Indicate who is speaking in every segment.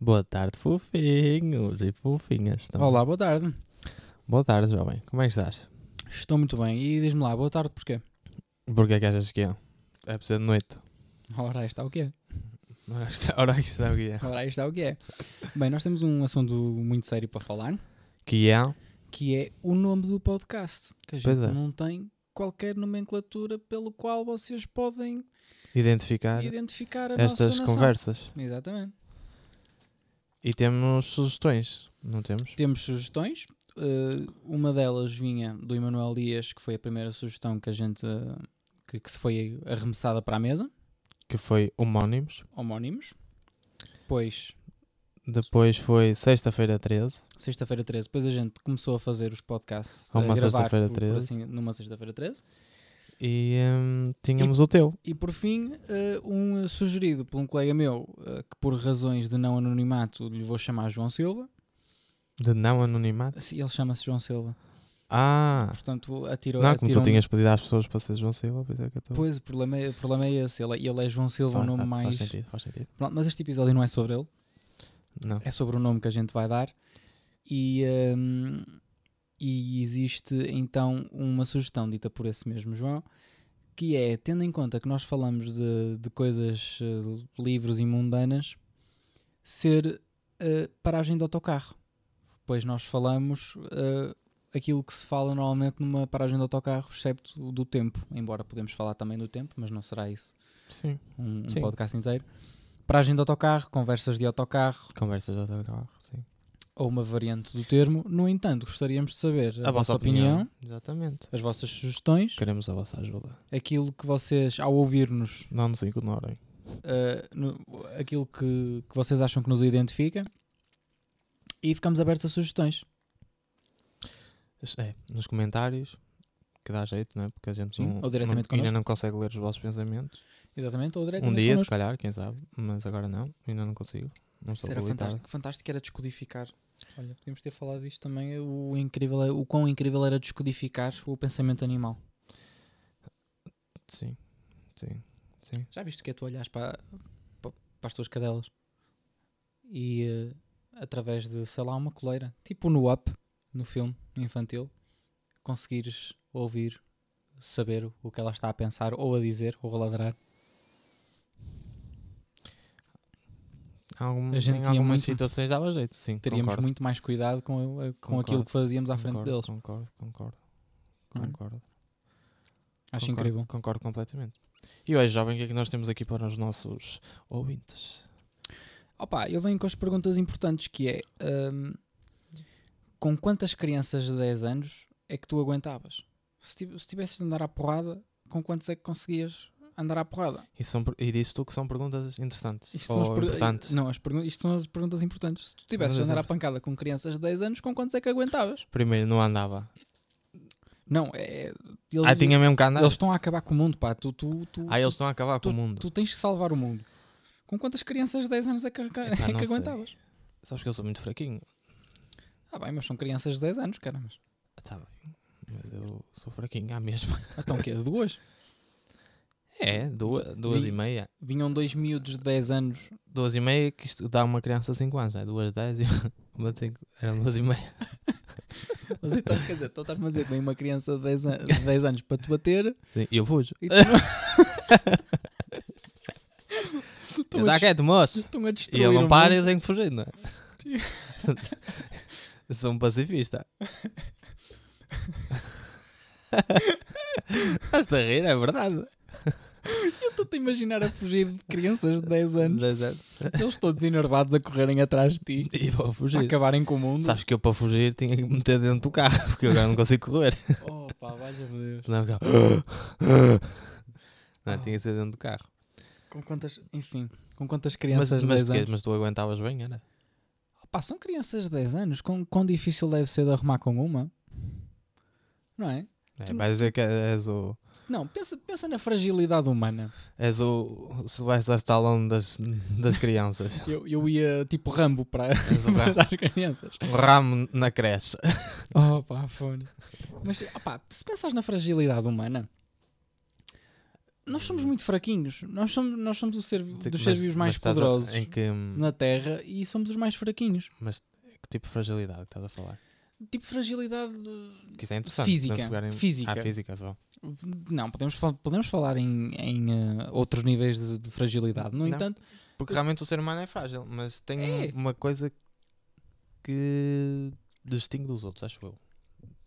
Speaker 1: Boa tarde, fofinhos e fofinhas. também.
Speaker 2: Olá, boa tarde.
Speaker 1: Boa tarde, jovem. Como é que estás?
Speaker 2: Estou muito bem. E diz-me lá, boa tarde, porquê?
Speaker 1: Porquê é que achas que é? É preciso de noite.
Speaker 2: Ora, aí está o que é.
Speaker 1: Ora, que está o que é.
Speaker 2: Ora, aí está o que é. Bem, nós temos um assunto muito sério para falar,
Speaker 1: Que é?
Speaker 2: que é o nome do podcast. Que a gente
Speaker 1: Pois é.
Speaker 2: não tem qualquer nomenclatura pelo qual vocês podem
Speaker 1: Identificar
Speaker 2: identificar a
Speaker 1: estas
Speaker 2: nossa nação.
Speaker 1: conversas.
Speaker 2: Exatamente.
Speaker 1: E temos sugestões, não temos?
Speaker 2: Temos sugestões. eh, uma delas vinha do Emanuel Dias, que foi a primeira sugestão que a gente... eh, que- que se foi arremessada para a mesa.
Speaker 1: Que foi homónimos.
Speaker 2: Homónimos. Pois...
Speaker 1: Depois foi sexta-feira 13.
Speaker 2: Sexta-feira 13. Depois a gente começou a fazer os podcasts.
Speaker 1: Há uma
Speaker 2: a gravar
Speaker 1: sexta-feira
Speaker 2: por- por
Speaker 1: 13.
Speaker 2: assim, numa sexta-feira 13.
Speaker 1: E hum, tínhamos o teu.
Speaker 2: E por fim, eh, um eh, sugerido por um colega meu, eh, que por razões de não anonimato lhe vou chamar João Silva.
Speaker 1: De não anonimato.
Speaker 2: Sim, Ele chama-se João Silva.
Speaker 1: Ah!
Speaker 2: Portanto, atirou.
Speaker 1: Não, como tu
Speaker 2: atiram-
Speaker 1: tinhas pedido às pessoas para ser João Silva, por isso é que eu estou.
Speaker 2: Pois, o problema é, o problema é esse. Ele, é- ele é João Silva,
Speaker 1: Faz-
Speaker 2: o nome
Speaker 1: faz
Speaker 2: mais.
Speaker 1: sentido, faz sentido.
Speaker 2: Pronto, mas este episódio não é sobre ele.
Speaker 1: Não.
Speaker 2: É sobre o nome que a gente vai dar. E, hum, e existe então uma sugestão dita por esse mesmo João, que é, tendo em conta que nós falamos de, de coisas eh, livres e mundanas, ser eh, paragem de autocarro. Pois nós falamos eh, aquilo que se fala normalmente numa paragem de autocarro, excepto do tempo. Embora podemos falar também do tempo, mas não será isso
Speaker 1: Sim.
Speaker 2: um, um
Speaker 1: Sim.
Speaker 2: podcast inteiro. Paragem de autocarro, conversas de autocarro,
Speaker 1: Conversas de autocarro, sim.
Speaker 2: ou uma variante do termo. No entanto, gostaríamos de saber a, vossa opinião,
Speaker 1: Exatamente.
Speaker 2: as vossas sugestões,
Speaker 1: Queremos a vossa ajuda.
Speaker 2: aquilo que vocês, ao ouvir-nos,
Speaker 1: Não nos ignorem.
Speaker 2: ah, no- aquilo que, que vocês acham que nos identifica. E ficamos abertos a sugestões.
Speaker 1: É, nos comentários, que dá jeito, não é? Porque a gente
Speaker 2: Sim,
Speaker 1: não,
Speaker 2: ou diretamente
Speaker 1: não- ainda
Speaker 2: connosco.
Speaker 1: não consegue ler os vossos pensamentos.
Speaker 2: Exatamente, ou
Speaker 1: Um
Speaker 2: diretamente
Speaker 1: dia, se
Speaker 2: connosco.
Speaker 1: calhar, quem sabe, mas agora não, ainda não consigo. Não estou
Speaker 2: Será
Speaker 1: habilitado.
Speaker 2: fantástico, fantástico era descodificar. Olha, podíamos ter falado disto também, o, incrível, é- o quão incrível era descodificar o pensamento animal.
Speaker 1: Sim, sim, sim.
Speaker 2: Já viste que é tu olhas para, pa- para, as tuas cadelas e eh, através de, sei lá, uma coleira, tipo no Up, no filme infantil, conseguires ouvir, saber o que ela está a pensar ou a dizer ou a ladrar.
Speaker 1: Há algum-
Speaker 2: A gente
Speaker 1: em
Speaker 2: tinha
Speaker 1: algumas
Speaker 2: muito-
Speaker 1: situaças dava jeito, sim.
Speaker 2: Teríamos
Speaker 1: concordo,
Speaker 2: muito mais cuidado com, eh, com aquilo
Speaker 1: Concordo,
Speaker 2: que fazíamos à frente
Speaker 1: concordo,
Speaker 2: deles.
Speaker 1: Concordo, concordo,
Speaker 2: não é?
Speaker 1: concordo.
Speaker 2: Acho
Speaker 1: Concordo-
Speaker 2: incrível.
Speaker 1: Concordo completamente. E hoje, jovem, o que é que nós temos aqui para os nossos ouvintes?
Speaker 2: Opa, eu venho com as perguntas importantes que é hum, com quantas crianças de 10 anos é que tu aguentavas? Se, tiv- se tivesses de andar à porrada, com quantos é que conseguias andar à porrada?
Speaker 1: E, são, per- e disse tu que são perguntas interessantes.
Speaker 2: Isto
Speaker 1: ou
Speaker 2: as pergu-
Speaker 1: importantes.
Speaker 2: Não, as pergun- isto são as perguntas importantes. Se tu tivesses
Speaker 1: Perguntas
Speaker 2: de andar à
Speaker 1: importantes.
Speaker 2: pancada com crianças de 10 anos, com quantos é que aguentavas?
Speaker 1: Primeiro, não andava.
Speaker 2: Não, é. é- eles-
Speaker 1: ah, tinha mesmo que andar.
Speaker 2: eles estão a acabar com o mundo, pá. Tu, tu, tu,
Speaker 1: ah, eles estão a acabar com o mundo.
Speaker 2: tu tens que salvar o mundo. Com quantas crianças de 10 anos é que, é
Speaker 1: Epá,
Speaker 2: que
Speaker 1: não sei.
Speaker 2: aguentavas?
Speaker 1: Sabes que eu sou muito fraquinho.
Speaker 2: Ah, bem, mas são crianças de 10 anos, caramba.
Speaker 1: Ah, tá bem. Mas eu sou fraquinho, à mesma.
Speaker 2: Então, o quê? Duas?
Speaker 1: É, duas, duas
Speaker 2: Vi-
Speaker 1: e meia.
Speaker 2: Vinham dois miúdos de 10 anos.
Speaker 1: Duas e meia que isto dá uma criança de 5 anos, não é? Duas, dez e uma de cinco. Eram duas e meia.
Speaker 2: Mas então, quer dizer, estou a dizer que vem uma criança de 10, an- de 10 anos para te bater
Speaker 1: Sim, eu fujo.
Speaker 2: e tu não... Estão a
Speaker 1: Está
Speaker 2: des-
Speaker 1: quieto, moço.
Speaker 2: estão a
Speaker 1: E
Speaker 2: destruir.
Speaker 1: ele
Speaker 2: o
Speaker 1: não
Speaker 2: mundo.
Speaker 1: para é e eu tenho que fugir, não é? Eu sou um pacifista. Estás-te a rir, é verdade.
Speaker 2: Eu estou-te a imaginar a fugir de crianças de 10 anos.
Speaker 1: Dez anos.
Speaker 2: Eles todos enervados a correrem atrás de ti.
Speaker 1: E vou
Speaker 2: A
Speaker 1: fugir.
Speaker 2: acabarem com o mundo.
Speaker 1: Sabes que eu para fugir tinha que me meter dentro do carro, porque eu agora não consigo correr.
Speaker 2: Oh pá, vais a ver.
Speaker 1: Senão eu ficava- Não, tinha que ser dentro do carro.
Speaker 2: Com quantas... Enfim, com quantas
Speaker 1: Mas,
Speaker 2: crianças
Speaker 1: mas,
Speaker 2: de 10
Speaker 1: quê?
Speaker 2: anos...
Speaker 1: mas tu aguentavas bem, era?
Speaker 2: Pá, são crianças de 10 anos. Quão, quão difícil deve ser de arrumar com uma? Não é?
Speaker 1: É,
Speaker 2: Tu-
Speaker 1: vais dizer que és o.
Speaker 2: Não, pensa, pensa na fragilidade humana.
Speaker 1: És o Sylvester Stallone das, das crianças.
Speaker 2: Eu, eu ia tipo Rambo para,
Speaker 1: És o
Speaker 2: para
Speaker 1: Ram-
Speaker 2: dar as crianças.
Speaker 1: o ramo na creche.
Speaker 2: Oh pá, fone. Mas opá, se pensares na fragilidade humana, nós somos muito fraquinhos. Nós somos, nós somos o ser, dos seres
Speaker 1: Tipo, Mas- mas
Speaker 2: vivos mais
Speaker 1: estás a-
Speaker 2: poderosos
Speaker 1: Em que,
Speaker 2: na Terra e somos os mais fraquinhos.
Speaker 1: mas que tipo de fragilidade que estás a falar?
Speaker 2: Tipo fragilidade. uh,
Speaker 1: Que isso é interessante.
Speaker 2: Física,
Speaker 1: podemos pegar
Speaker 2: física.
Speaker 1: Ah, física só.
Speaker 2: Não, podemos, fa- podemos falar em, em, uh, outros níveis de, de fragilidade.
Speaker 1: Não.
Speaker 2: No entanto,
Speaker 1: Porque realmente o ser humano é frágil, mas tem um-
Speaker 2: É.
Speaker 1: uma coisa que distingue dos outros, acho eu.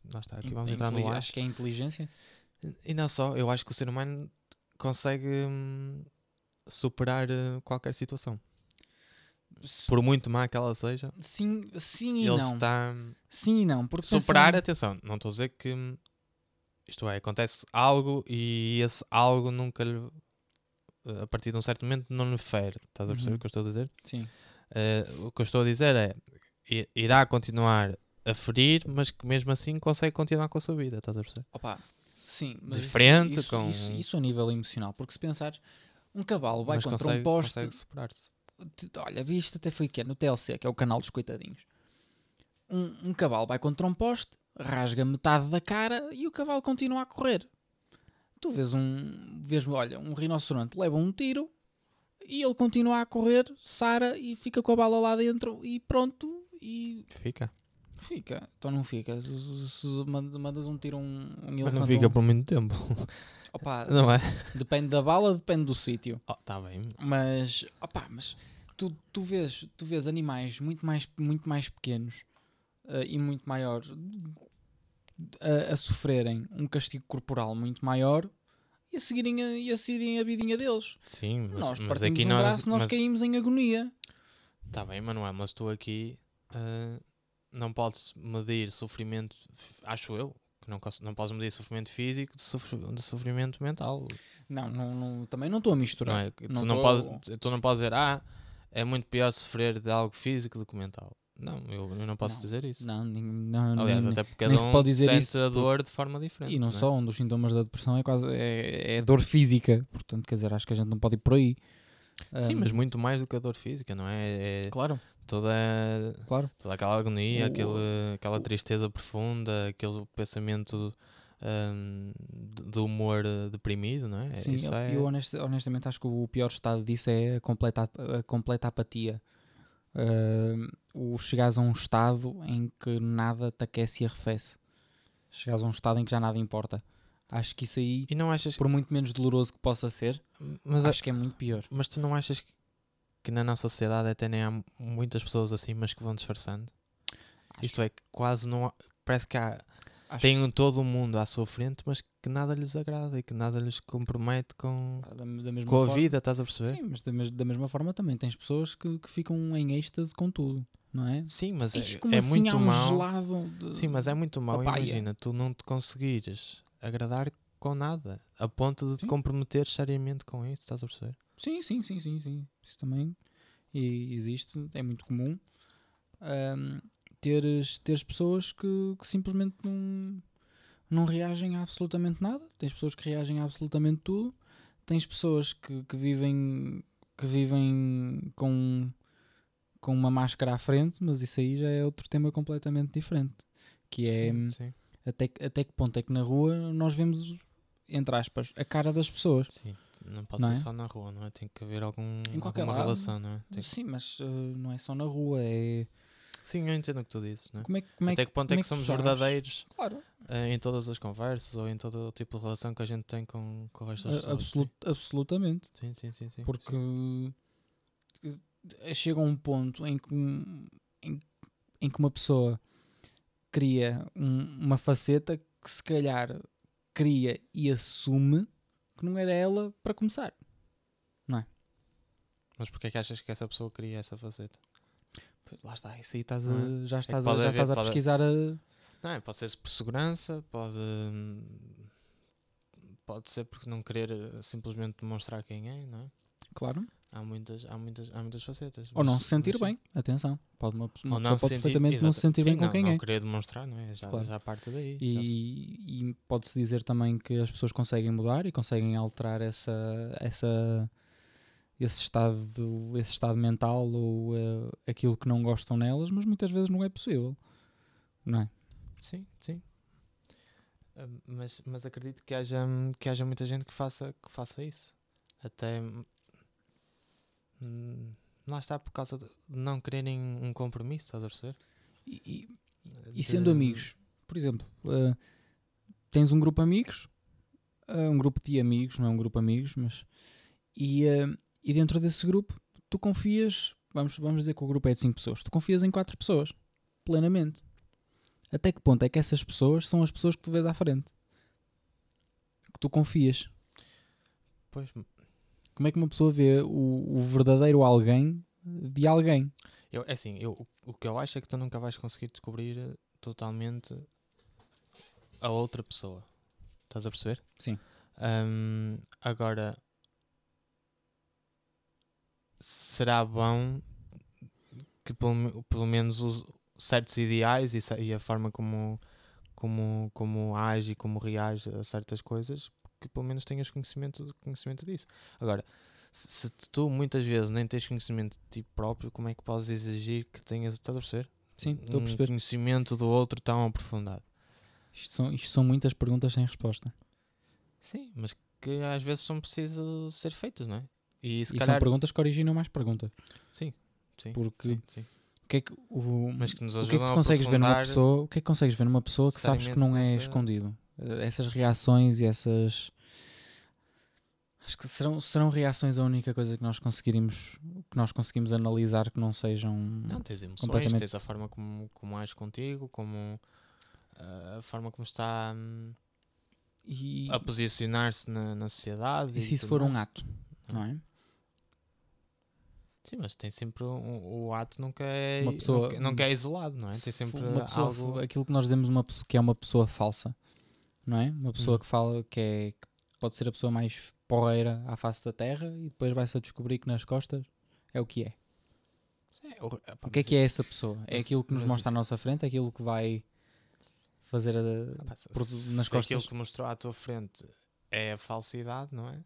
Speaker 1: Nós está aqui, vamos
Speaker 2: in-
Speaker 1: entrar no
Speaker 2: inteli-
Speaker 1: ar.
Speaker 2: acho que é inteligência.
Speaker 1: E não só, eu acho que o ser humano consegue hum, superar eh, qualquer situação. Por muito má que ela seja,
Speaker 2: Sim, sim e
Speaker 1: ele
Speaker 2: não.
Speaker 1: está.
Speaker 2: Sim e não. Porque
Speaker 1: Superar,
Speaker 2: pensa-
Speaker 1: atenção, não estou a dizer que. hum, Isto é, acontece algo e esse algo nunca lhe. A partir de um certo momento não lhe fere. Estás a perceber
Speaker 2: Uhum.
Speaker 1: o que eu estou a dizer?
Speaker 2: Sim.
Speaker 1: Eh, o que eu estou a dizer é i- irá continuar a ferir, mas que mesmo assim consegue continuar com a sua vida, estás a perceber?
Speaker 2: Opa, sim. Mas
Speaker 1: De
Speaker 2: isso-
Speaker 1: frente,
Speaker 2: isso,
Speaker 1: com-
Speaker 2: Isso, isso a nível emocional. Porque se pensares, um cavalo vai
Speaker 1: mas
Speaker 2: contra
Speaker 1: consegue,
Speaker 2: um poste.
Speaker 1: consegue superar-se.
Speaker 2: te- Olha, vi isto até foi que No TLC, que é o canal dos coitadinhos. Um, um cavalo vai contra um poste, rasga metade da cara e o cavalo continua a correr. Tu vês um. Vês, olha, um rinoceronte leva um tiro e ele continua a correr, sara e fica com a bala lá dentro e pronto. E
Speaker 1: Fica.
Speaker 2: fica. Então não fica. Se- Se se mand- mandas um tiro a um, um
Speaker 1: Mas
Speaker 2: elefante.
Speaker 1: não
Speaker 2: ou
Speaker 1: fica
Speaker 2: um- Ah.
Speaker 1: por muito tempo,
Speaker 2: Opa,
Speaker 1: não é?
Speaker 2: depende da bala, depende do sítio.
Speaker 1: Está bem.
Speaker 2: Mas, opá, mas tu, tu, vês, tu vês animais muito mais, muito mais pequenos eh, e muito maiores a, a sofrerem um castigo corporal muito maior e a seguirem a, e a, seguirem a vidinha deles.
Speaker 1: Sim, mas,
Speaker 2: nós
Speaker 1: mas
Speaker 2: partimos
Speaker 1: aqui
Speaker 2: um
Speaker 1: não.
Speaker 2: braço, nós caímos em agonia.
Speaker 1: Está Tá bem, Manuel, mas tu aqui ah, não podes medir sofrimento, f- acho eu, que não, cons- não podes medir sofrimento físico de, sofr- de sofrimento mental.
Speaker 2: Não, não, não- também não estou a
Speaker 1: Não
Speaker 2: misturar.
Speaker 1: é? Que
Speaker 2: não
Speaker 1: tu, não
Speaker 2: tô-
Speaker 1: podes, tu não podes dizer, ah, é muito pior sofrer de algo físico do que mental. Não, eu, eu não posso
Speaker 2: Não.
Speaker 1: dizer isso.
Speaker 2: Não, nin- não,
Speaker 1: Aliás,
Speaker 2: nin-
Speaker 1: até porque cada
Speaker 2: nem se
Speaker 1: um
Speaker 2: pode dizer
Speaker 1: sente
Speaker 2: isso,
Speaker 1: a
Speaker 2: porque-
Speaker 1: dor de forma diferente.
Speaker 2: E não
Speaker 1: é?
Speaker 2: só, um dos sintomas da depressão é quase é, é dor física. Portanto, quer dizer, acho que a gente não pode ir por aí.
Speaker 1: Sim,
Speaker 2: Ahm,
Speaker 1: mas muito mais do que a dor física, não é? É
Speaker 2: Claro,
Speaker 1: toda,
Speaker 2: claro.
Speaker 1: toda aquela agonia,
Speaker 2: O-
Speaker 1: aquele, aquela
Speaker 2: o-
Speaker 1: tristeza profunda, aquele pensamento hum, de de humor eh, deprimido, não é?
Speaker 2: Sim,
Speaker 1: Isso
Speaker 2: eu,
Speaker 1: é-
Speaker 2: eu honesta- honestamente acho que o pior estado disso é a completa, ap- a completa apatia. Ahm, o chegares a um estado em que nada te aquece e arrefece. Chegares a um estado em que já nada importa. Acho que isso aí,
Speaker 1: E não achas.
Speaker 2: por muito menos doloroso que possa ser,
Speaker 1: Mas, a-
Speaker 2: acho que é muito pior.
Speaker 1: mas tu não achas que, que na nossa sociedade até nem há mu- muitas pessoas assim, mas que vão disfarçando?
Speaker 2: Acho-
Speaker 1: Isto é, que quase não. há- Parece que há,
Speaker 2: Acho-
Speaker 1: tem um todo o mundo à sua frente, mas que nada lhes agrada e que nada lhes compromete com,
Speaker 2: Claro, da, da mesma
Speaker 1: com a
Speaker 2: Ah, forma-
Speaker 1: vida, é? estás a perceber?
Speaker 2: Sim, mas da, mes- da mesma forma também tens pessoas que, que ficam em êxtase com tudo, não é?
Speaker 1: Sim, mas é,
Speaker 2: Eis, como
Speaker 1: é
Speaker 2: assim
Speaker 1: muito
Speaker 2: há um
Speaker 1: mau.
Speaker 2: gelado de-
Speaker 1: Sim, mas é muito mau.
Speaker 2: Papaya.
Speaker 1: Imagina, tu não te conseguires agradar com nada, a ponto de te
Speaker 2: Sim.
Speaker 1: comprometer seriamente com isso, estás a perceber?
Speaker 2: Sim, sim, sim, sim, sim. Isso também e- existe, é muito comum ahm, teres, teres pessoas que, que simplesmente não, não reagem a absolutamente nada. Tens pessoas que reagem a absolutamente tudo. Tens pessoas que, que vivem que vivem com, com uma máscara à frente, mas isso aí já é outro tema completamente diferente. Que é
Speaker 1: Sim,
Speaker 2: hum,
Speaker 1: sim,
Speaker 2: até, que- até que ponto é que na rua nós vemos, entre aspas, a cara das pessoas.
Speaker 1: sim. Não pode
Speaker 2: Não
Speaker 1: ser
Speaker 2: é?
Speaker 1: só na rua, não é? Tem que haver algum,
Speaker 2: Em qualquer
Speaker 1: alguma
Speaker 2: lado.
Speaker 1: relação, não é? Tem que-
Speaker 2: Sim, mas eh, não é só na rua, é.
Speaker 1: Sim, eu entendo o que tu dizes, não é?
Speaker 2: Como é, que- como é
Speaker 1: Até
Speaker 2: que.
Speaker 1: que ponto
Speaker 2: como
Speaker 1: é
Speaker 2: é
Speaker 1: que,
Speaker 2: que tu
Speaker 1: somos
Speaker 2: sabes?
Speaker 1: verdadeiros
Speaker 2: Claro,
Speaker 1: eh, em todas as conversas ou em todo o tipo de relação que a gente tem com, com o resto das pessoas?
Speaker 2: a-
Speaker 1: assim.
Speaker 2: absolu- eh, absolutamente.
Speaker 1: Sim, sim, sim. sim, sim.
Speaker 2: Porque eh, chega um ponto em que, um- em, em que uma pessoa cria um- uma faceta que se calhar cria e assume que não era ela para começar.
Speaker 1: Mas porque é que achas que essa pessoa cria essa faceta?
Speaker 2: Pois Lá está, isso aí estás
Speaker 1: Não é?
Speaker 2: a, já estás,
Speaker 1: pode
Speaker 2: a, já
Speaker 1: haver-
Speaker 2: estás a
Speaker 1: pode-
Speaker 2: pesquisar a.
Speaker 1: Não, é, pode ser por segurança, pode. hum, Pode ser porque não querer eh, simplesmente demonstrar quem é, não é?
Speaker 2: Claro.
Speaker 1: Há muitas, há muitas, há muitas facetas.
Speaker 2: Ou
Speaker 1: mas-
Speaker 2: não se sentir
Speaker 1: mas sim.
Speaker 2: bem, atenção. Pode uma, pessoa-
Speaker 1: Ou
Speaker 2: uma
Speaker 1: não
Speaker 2: pessoa
Speaker 1: se
Speaker 2: pode
Speaker 1: sentir-
Speaker 2: perfeitamente não se sentir
Speaker 1: exatamente. Sim,
Speaker 2: bem com
Speaker 1: não-
Speaker 2: quem
Speaker 1: não
Speaker 2: é.
Speaker 1: querer demonstrar, não é? Já,
Speaker 2: Claro.
Speaker 1: já parte daí. já se-
Speaker 2: E, e pode-se dizer também que as pessoas conseguem mudar e conseguem alterar essa, essa, esse, estado, esse estado mental ou eh, aquilo que não gostam nelas, mas muitas vezes não é possível. Não é?
Speaker 1: Sim, sim. Ah, Mas, mas acredito que haja, que haja muita gente que faça, que faça isso. Até. hum, Lá está, por causa de não quererem um compromisso, estás a perceber?
Speaker 2: E, e- e sendo
Speaker 1: De-
Speaker 2: amigos, por exemplo, eh, tens um grupo de amigos, eh, um grupo de amigos, não é um grupo de amigos, mas. E, eh, e dentro desse grupo, tu confias, vamos, vamos dizer que o grupo é de 5 pessoas, tu confias em 4 pessoas, plenamente. Até que ponto é que essas pessoas são as pessoas que tu vês à frente? Que tu confias.
Speaker 1: Pois,
Speaker 2: Como é que uma pessoa vê o, o verdadeiro alguém de alguém?
Speaker 1: eu, é assim, eu, o- o que eu acho é que tu nunca vais conseguir descobrir eh, totalmente a outra pessoa. Estás a perceber?
Speaker 2: Sim.
Speaker 1: Ahm, agora, será bom que pelo, me- pelo menos os certos ideais e, se- e a forma como, como, como age e como reage a certas coisas, que pelo menos tenhas conhecimento, conhecimento disso. Agora, se, se tu muitas vezes nem tens conhecimento de ti próprio, como é que podes exigir que tenhas, estás a perceber?
Speaker 2: Sim, estou a
Speaker 1: um
Speaker 2: perceber.
Speaker 1: conhecimento do outro tão aprofundado.
Speaker 2: Isto são, isto são muitas perguntas sem resposta.
Speaker 1: Sim, mas que às vezes são preciso ser feitos, não é? E se
Speaker 2: e são
Speaker 1: calhar.
Speaker 2: perguntas que originam mais perguntas.
Speaker 1: Sim,
Speaker 2: porque-
Speaker 1: sim, sim.
Speaker 2: O que é que o,
Speaker 1: Mas que nos
Speaker 2: o que é que
Speaker 1: ajudam
Speaker 2: tu
Speaker 1: a
Speaker 2: consegues ver numa
Speaker 1: aprofundar-
Speaker 2: pessoa? O que é que consegues ver numa pessoa que sabes que não
Speaker 1: necessariamente
Speaker 2: é
Speaker 1: nessa-
Speaker 2: escondido? Eh, Essas reações e essas acho que serão, serão reações a única coisa que nós conseguiremos que nós conseguimos analisar que não sejam
Speaker 1: Não, tens emoções,
Speaker 2: Completamente.
Speaker 1: tens a forma como, como és contigo, como ah, a forma como está hum,
Speaker 2: e,
Speaker 1: a posicionar-se na, na sociedade.
Speaker 2: e se isso
Speaker 1: Ah, tudo
Speaker 2: for um
Speaker 1: mais.
Speaker 2: ato, não é?
Speaker 1: Sim, mas tem sempre um- o ato nunca é,
Speaker 2: Uma pessoa-
Speaker 1: nunca, nunca é isolado, não é?
Speaker 2: Se
Speaker 1: Tem sempre
Speaker 2: for uma pessoa, é
Speaker 1: algo.
Speaker 2: aquilo que nós dizemos uma pessoa, que é uma pessoa falsa, não é? Uma pessoa
Speaker 1: Hum.
Speaker 2: que fala que, é, que pode ser a pessoa mais porreira à face da terra e depois vai-se a descobrir que nas costas é o que é.
Speaker 1: É, o- epá,
Speaker 2: O que é
Speaker 1: mas
Speaker 2: que é essa pessoa? É
Speaker 1: mas-
Speaker 2: aquilo que nos
Speaker 1: mas-
Speaker 2: mostra à nossa frente, é aquilo que vai fazer a.
Speaker 1: é, Pá, se,
Speaker 2: por-
Speaker 1: se
Speaker 2: nas
Speaker 1: aquilo
Speaker 2: costas.
Speaker 1: que mostrou à tua frente é a falsidade, não é?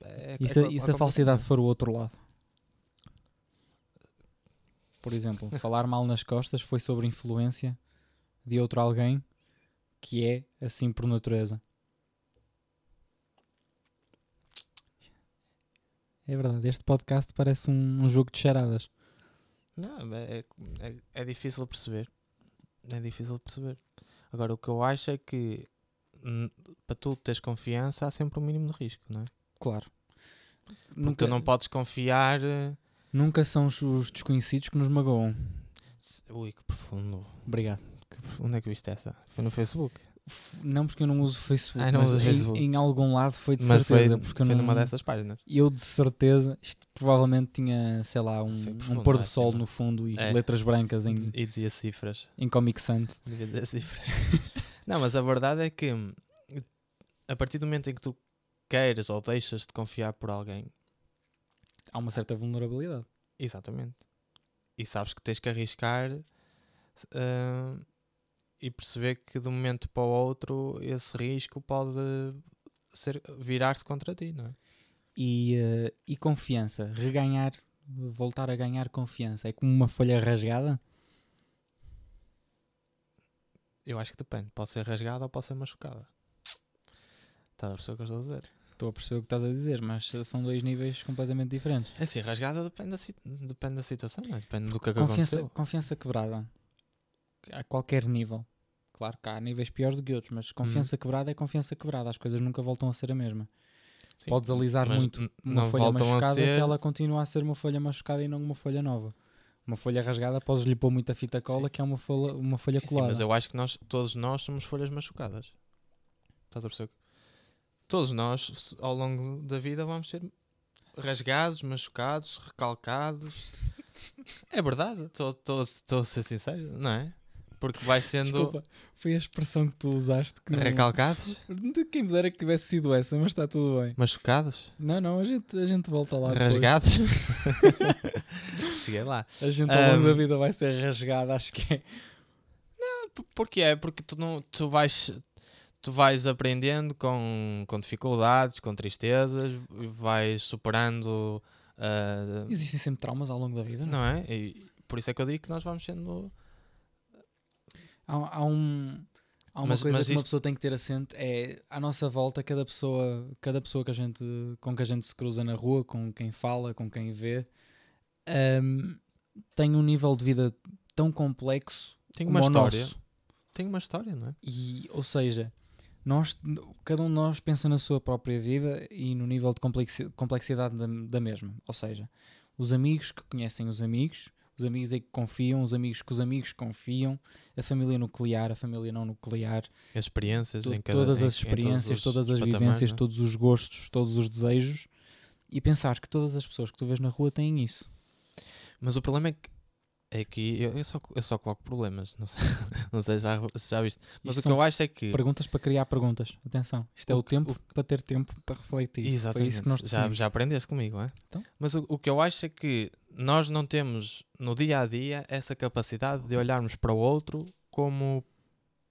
Speaker 1: É-
Speaker 2: E
Speaker 1: é
Speaker 2: se,
Speaker 1: co- é
Speaker 2: e se a
Speaker 1: complicado.
Speaker 2: falsidade for o outro lado? Por exemplo, falar mal nas costas foi sobre influência de outro alguém que é assim por natureza. É verdade, este podcast parece um, um jogo de charadas.
Speaker 1: Não, é, é, é difícil de perceber. É difícil de perceber. Agora, o que eu acho é que hum, para tu teres confiança há sempre um mínimo de risco, não é?
Speaker 2: Claro.
Speaker 1: Porque
Speaker 2: Nunca,
Speaker 1: tu não podes confiar. eh,
Speaker 2: nunca são os- os desconhecidos que nos magoam.
Speaker 1: se- Ui, que profundo.
Speaker 2: Obrigado.
Speaker 1: Que profundo. Onde é que viste essa? Foi no Facebook.
Speaker 2: F- Não porque eu não uso Facebook.
Speaker 1: Ah, não
Speaker 2: mas
Speaker 1: usas
Speaker 2: em,
Speaker 1: Facebook.
Speaker 2: em algum lado foi de
Speaker 1: Mas foi,
Speaker 2: certeza. porque eu
Speaker 1: foi
Speaker 2: não,
Speaker 1: numa dessas páginas.
Speaker 2: Eu de certeza, isto provavelmente tinha, sei lá, um,
Speaker 1: Foi
Speaker 2: um
Speaker 1: profundo,
Speaker 2: pôr do
Speaker 1: acho,
Speaker 2: sol
Speaker 1: não.
Speaker 2: no fundo e
Speaker 1: É.
Speaker 2: letras brancas em,
Speaker 1: E dizia cifras.
Speaker 2: em Comic Sans.
Speaker 1: Devia dizer cifras. não, mas a verdade é que hum, a partir do momento em que tu queiras ou deixas de confiar por alguém,
Speaker 2: Há uma certa vulnerabilidade.
Speaker 1: Exatamente. E sabes que tens que arriscar ah, e perceber que de um momento para o outro esse risco pode ser virar-se contra ti, não é?
Speaker 2: E, eh, e confiança. Reganhar, voltar a ganhar confiança. É como uma folha rasgada.
Speaker 1: Eu acho que depende. Pode ser rasgada ou pode ser machucada. Estás a perceber o que eu estou a dizer?
Speaker 2: Estou a perceber o que estás a dizer, mas eh, são dois níveis completamente diferentes.
Speaker 1: É assim, rasgada depende da, si- depende da situação, não é? Depende do que, é que
Speaker 2: Confiança,
Speaker 1: aconteceu.
Speaker 2: confiança quebrada. A qualquer nível. Claro que há níveis piores do que outros, mas confiança
Speaker 1: Hum.
Speaker 2: quebrada é confiança quebrada. As coisas nunca voltam a ser a mesma.
Speaker 1: Sim,
Speaker 2: Podes alisar
Speaker 1: mas
Speaker 2: muito
Speaker 1: n-
Speaker 2: uma
Speaker 1: não
Speaker 2: folha
Speaker 1: voltam a
Speaker 2: machucada
Speaker 1: ser-
Speaker 2: que ela continua a ser uma folha machucada e não uma folha nova. Uma folha rasgada, podes-lhe pôr muita fita cola
Speaker 1: Sim.
Speaker 2: que é uma folha, uma folha
Speaker 1: É Sim,
Speaker 2: colada.
Speaker 1: mas eu acho que nós, todos nós somos folhas machucadas. Estás a perceber? Todos nós, se- ao longo da vida, vamos ser rasgados, machucados, recalcados. é verdade, estou a ser sincero, não é? Porque vais sendo
Speaker 2: Desculpa, foi a expressão que tu usaste que não...
Speaker 1: recalcados,
Speaker 2: De Quem me dera que tivesse sido essa, mas está tudo bem.
Speaker 1: machucados,
Speaker 2: Não, não, a gente, a gente volta lá depois.
Speaker 1: rasgados. Cheguei lá.
Speaker 2: A gente ao longo
Speaker 1: Ahm.
Speaker 2: da vida vai ser rasgada, acho que é.
Speaker 1: P- Porque é, porque tu, não, tu, vais, tu vais aprendendo com, com dificuldades, com tristezas, vais superando. ah,
Speaker 2: Existem sempre traumas ao longo da vida, não?
Speaker 1: não é? E por isso é que eu digo que nós vamos sendo.
Speaker 2: Há, há um, há uma
Speaker 1: Mas-
Speaker 2: coisa
Speaker 1: mas
Speaker 2: que uma
Speaker 1: isto-
Speaker 2: pessoa tem que ter assente, é à nossa volta, cada pessoa, cada pessoa que a gente, com que a gente se cruza na rua, com quem fala, com quem vê, ahm, tem um nível de vida tão complexo
Speaker 1: Tem
Speaker 2: como
Speaker 1: uma
Speaker 2: o
Speaker 1: história.
Speaker 2: nosso.
Speaker 1: Tem uma história, não é?
Speaker 2: E, ou seja, nós, cada um de nós pensa na sua própria vida e no nível de complexi- complexidade da, da mesma. Ou seja, os amigos que conhecem os amigos, os amigos em que confiam, os amigos que os amigos confiam, a família nuclear, a família não nuclear,
Speaker 1: As experiências
Speaker 2: to-
Speaker 1: em cada,
Speaker 2: todas
Speaker 1: em-
Speaker 2: as
Speaker 1: em todos
Speaker 2: experiências,
Speaker 1: os
Speaker 2: todas as
Speaker 1: patamares,
Speaker 2: vivências,
Speaker 1: não é?
Speaker 2: todos os gostos, todos os desejos. E pensar que todas as pessoas que tu vês na rua têm isso.
Speaker 1: Mas o problema é que. É que eu, eu só, eu só coloco problemas, não sei, não sei já, se já viste. Mas
Speaker 2: Isto
Speaker 1: o que eu
Speaker 2: são
Speaker 1: acho é que.
Speaker 2: Perguntas para criar perguntas. Atenção, isto é
Speaker 1: O
Speaker 2: o
Speaker 1: que-
Speaker 2: tempo para ter tempo para refletir. Foi isso que nós
Speaker 1: já,
Speaker 2: definimos.
Speaker 1: já aprendeste comigo, é?
Speaker 2: Então.
Speaker 1: Mas o, o que eu acho é que nós não temos no dia a dia essa capacidade de olharmos para o outro como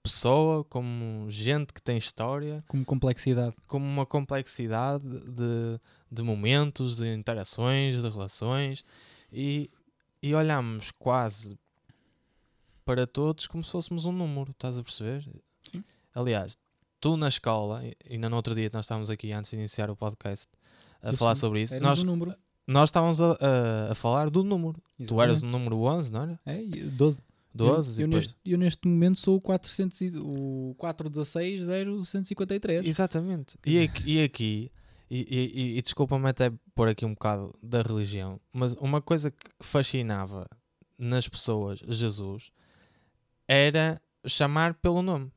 Speaker 1: pessoa, como gente que tem história,
Speaker 2: Como complexidade.
Speaker 1: como uma complexidade de, de momentos, de interações, de relações e, e olhamos quase para todos como se fôssemos um número, estás a perceber?
Speaker 2: Sim.
Speaker 1: Aliás, tu na escola, e- ainda no outro dia que nós estávamos aqui antes de iniciar o podcast a
Speaker 2: Eu
Speaker 1: falar
Speaker 2: sei.
Speaker 1: sobre isso,
Speaker 2: Éramos
Speaker 1: nós,
Speaker 2: um número.
Speaker 1: nós estávamos a, a- a falar do número. Tu eras um o número 11, não era?
Speaker 2: É, e 12.
Speaker 1: 12
Speaker 2: eu, eu,
Speaker 1: e depois...
Speaker 2: neste, eu neste momento sou o 400 e, o 416 0153.
Speaker 1: Exatamente. E aqui, e, aqui e, e, e- e desculpa-me até pôr aqui um bocado da religião, mas uma coisa que fascinava nas pessoas Jesus era chamar pelo nome.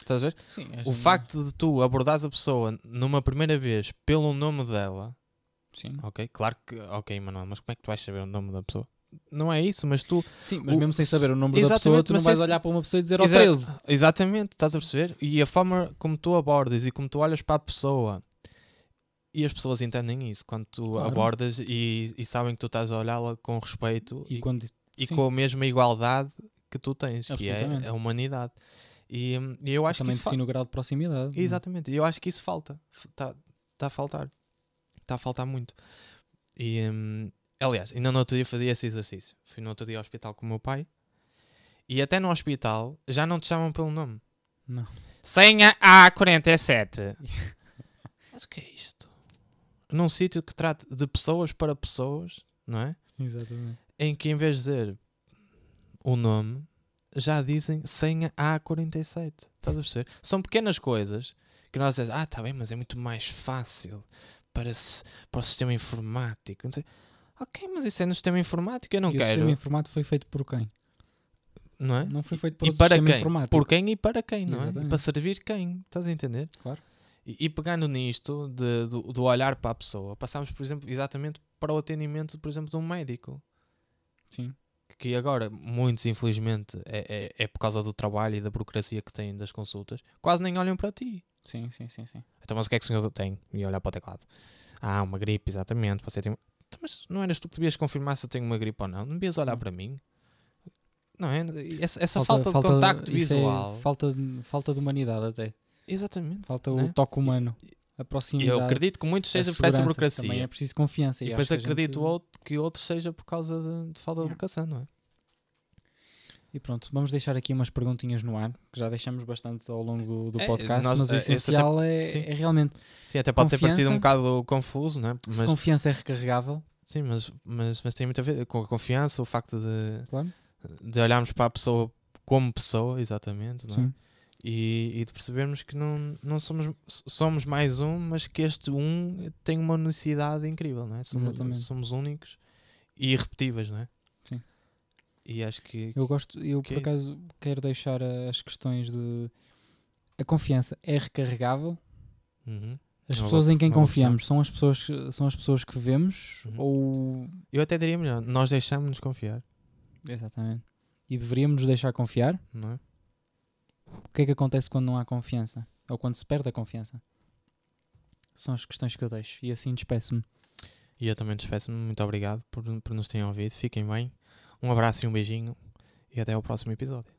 Speaker 1: Estás a ver?
Speaker 2: Sim, um
Speaker 1: O facto de tu abordares a pessoa numa primeira vez pelo nome dela,
Speaker 2: Sim,
Speaker 1: ok? Claro que, ok, Manuel, mas como é que tu vais saber o nome da pessoa? Não é isso, mas tu
Speaker 2: Sim, mas
Speaker 1: o-
Speaker 2: mesmo sem saber o número da
Speaker 1: Exatamente,
Speaker 2: pessoa, tu não
Speaker 1: mas
Speaker 2: vais
Speaker 1: sem-
Speaker 2: olhar para uma pessoa e dizer "Oh, ao
Speaker 1: Exa- Ah,
Speaker 2: 13.
Speaker 1: Exatamente, estás a perceber? E a forma como tu abordas e como tu olhas para a pessoa. E as pessoas entendem isso quando tu
Speaker 2: Claro.
Speaker 1: abordas e, e sabem que tu estás a olhá-la com respeito
Speaker 2: E
Speaker 1: e,
Speaker 2: quando
Speaker 1: e
Speaker 2: sim.
Speaker 1: com a mesma igualdade que tu tens, que é
Speaker 2: Absolutamente.
Speaker 1: a humanidade. E, hum, e eu acho que
Speaker 2: também
Speaker 1: isso fa-
Speaker 2: define o grau de proximidade. não é?
Speaker 1: Exatamente, e eu acho que isso falta. Está tá a faltar. Está a faltar muito. E, hum, aliás, ainda no outro dia fazia esse exercício. Fui no outro dia ao hospital com o meu pai e até no hospital já não te chamam pelo nome.
Speaker 2: Não.
Speaker 1: Senha A47. Mas o que é isto? Num sítio que trate de pessoas para pessoas, não é?
Speaker 2: Exatamente.
Speaker 1: Em que em vez de dizer o nome, já dizem senha A47. Estás a perceber? São pequenas coisas que nós dizemos, ah, está bem, mas é muito mais fácil para, se- para o sistema informático. Não sei. Ok, mas isso é no sistema informático, eu não
Speaker 2: E o
Speaker 1: quero.
Speaker 2: sistema informático foi feito por quem?
Speaker 1: Não é?
Speaker 2: Não foi feito por
Speaker 1: E
Speaker 2: outro
Speaker 1: para
Speaker 2: sistema
Speaker 1: quem?
Speaker 2: informático.
Speaker 1: Por quem e para quem, não é? E
Speaker 2: Exatamente.
Speaker 1: para servir quem? Estás a entender?
Speaker 2: Claro.
Speaker 1: E, e pegando nisto, de, do, do olhar para a pessoa, passámos, por exemplo, exatamente para o atendimento, por exemplo, de um médico.
Speaker 2: Sim.
Speaker 1: Que agora, muitos, infelizmente, é, é, é por causa do trabalho e da burocracia que têm das consultas, quase nem olham para ti.
Speaker 2: Sim, sim, sim, sim.
Speaker 1: Então, mas o que é que o senhor tem? E olhar para o teclado. Ah, uma gripe, exatamente. Você tem... Então, mas não eras tu que devias confirmar se eu tenho uma gripe ou não? Não devias olhar
Speaker 2: Hum.
Speaker 1: para mim? Não é? E Essa, essa falta, de contacto
Speaker 2: isso é
Speaker 1: visual.
Speaker 2: falta, de, falta de humanidade até.
Speaker 1: Exatamente.
Speaker 2: Falta
Speaker 1: né?
Speaker 2: o toque humano. A proximidade.
Speaker 1: Eu acredito que muitos
Speaker 2: a
Speaker 1: seja por essa
Speaker 2: segurança.
Speaker 1: burocracia.
Speaker 2: Também é preciso confiança.
Speaker 1: E
Speaker 2: acho
Speaker 1: depois
Speaker 2: que a gente-
Speaker 1: acredito outro, que outro seja por causa de, de falta de
Speaker 2: Yeah.
Speaker 1: vocação, não é?
Speaker 2: E pronto, vamos deixar aqui umas perguntinhas no ar, que já deixamos bastante ao longo do, do
Speaker 1: É,
Speaker 2: podcast,
Speaker 1: nós-
Speaker 2: mas o
Speaker 1: é, esse
Speaker 2: essencial
Speaker 1: sim.
Speaker 2: é, é realmente
Speaker 1: Sim, até pode ter parecido um
Speaker 2: Confiança.
Speaker 1: bocado confuso, não é?
Speaker 2: se
Speaker 1: Mas,
Speaker 2: confiança é recarregável,
Speaker 1: sim, mas, mas, mas tem muito a ver com a confiança, o facto de,
Speaker 2: claro.
Speaker 1: de olharmos para a pessoa como pessoa, exatamente, não é?
Speaker 2: Sim.
Speaker 1: E, e de percebermos que não, não somos, somos mais um, mas que este um tem uma unicidade incrível, não é? Somos,
Speaker 2: Exatamente.
Speaker 1: somos únicos e irrepetíveis, não é?
Speaker 2: Sim.
Speaker 1: E acho que.
Speaker 2: Eu gosto, eu
Speaker 1: que
Speaker 2: por
Speaker 1: é isso?
Speaker 2: acaso quero deixar as questões de a confiança é recarregável.
Speaker 1: Uhum.
Speaker 2: As
Speaker 1: Uma
Speaker 2: pessoas
Speaker 1: boa-
Speaker 2: em quem
Speaker 1: uma boa
Speaker 2: confiamos são as pessoas, que- são as pessoas que vemos
Speaker 1: Uhum.
Speaker 2: ou
Speaker 1: Eu até diria melhor, nós deixamos-nos confiar.
Speaker 2: exatamente. e deveríamos nos deixar confiar,
Speaker 1: não é?
Speaker 2: o que é que acontece quando não há confiança? Ou quando se perde a confiança? São as questões que eu deixo. E assim despeço-me.
Speaker 1: E eu também despeço-me. Muito obrigado por, por nos terem ouvido. Fiquem bem. Um abraço e um beijinho. E até ao próximo episódio.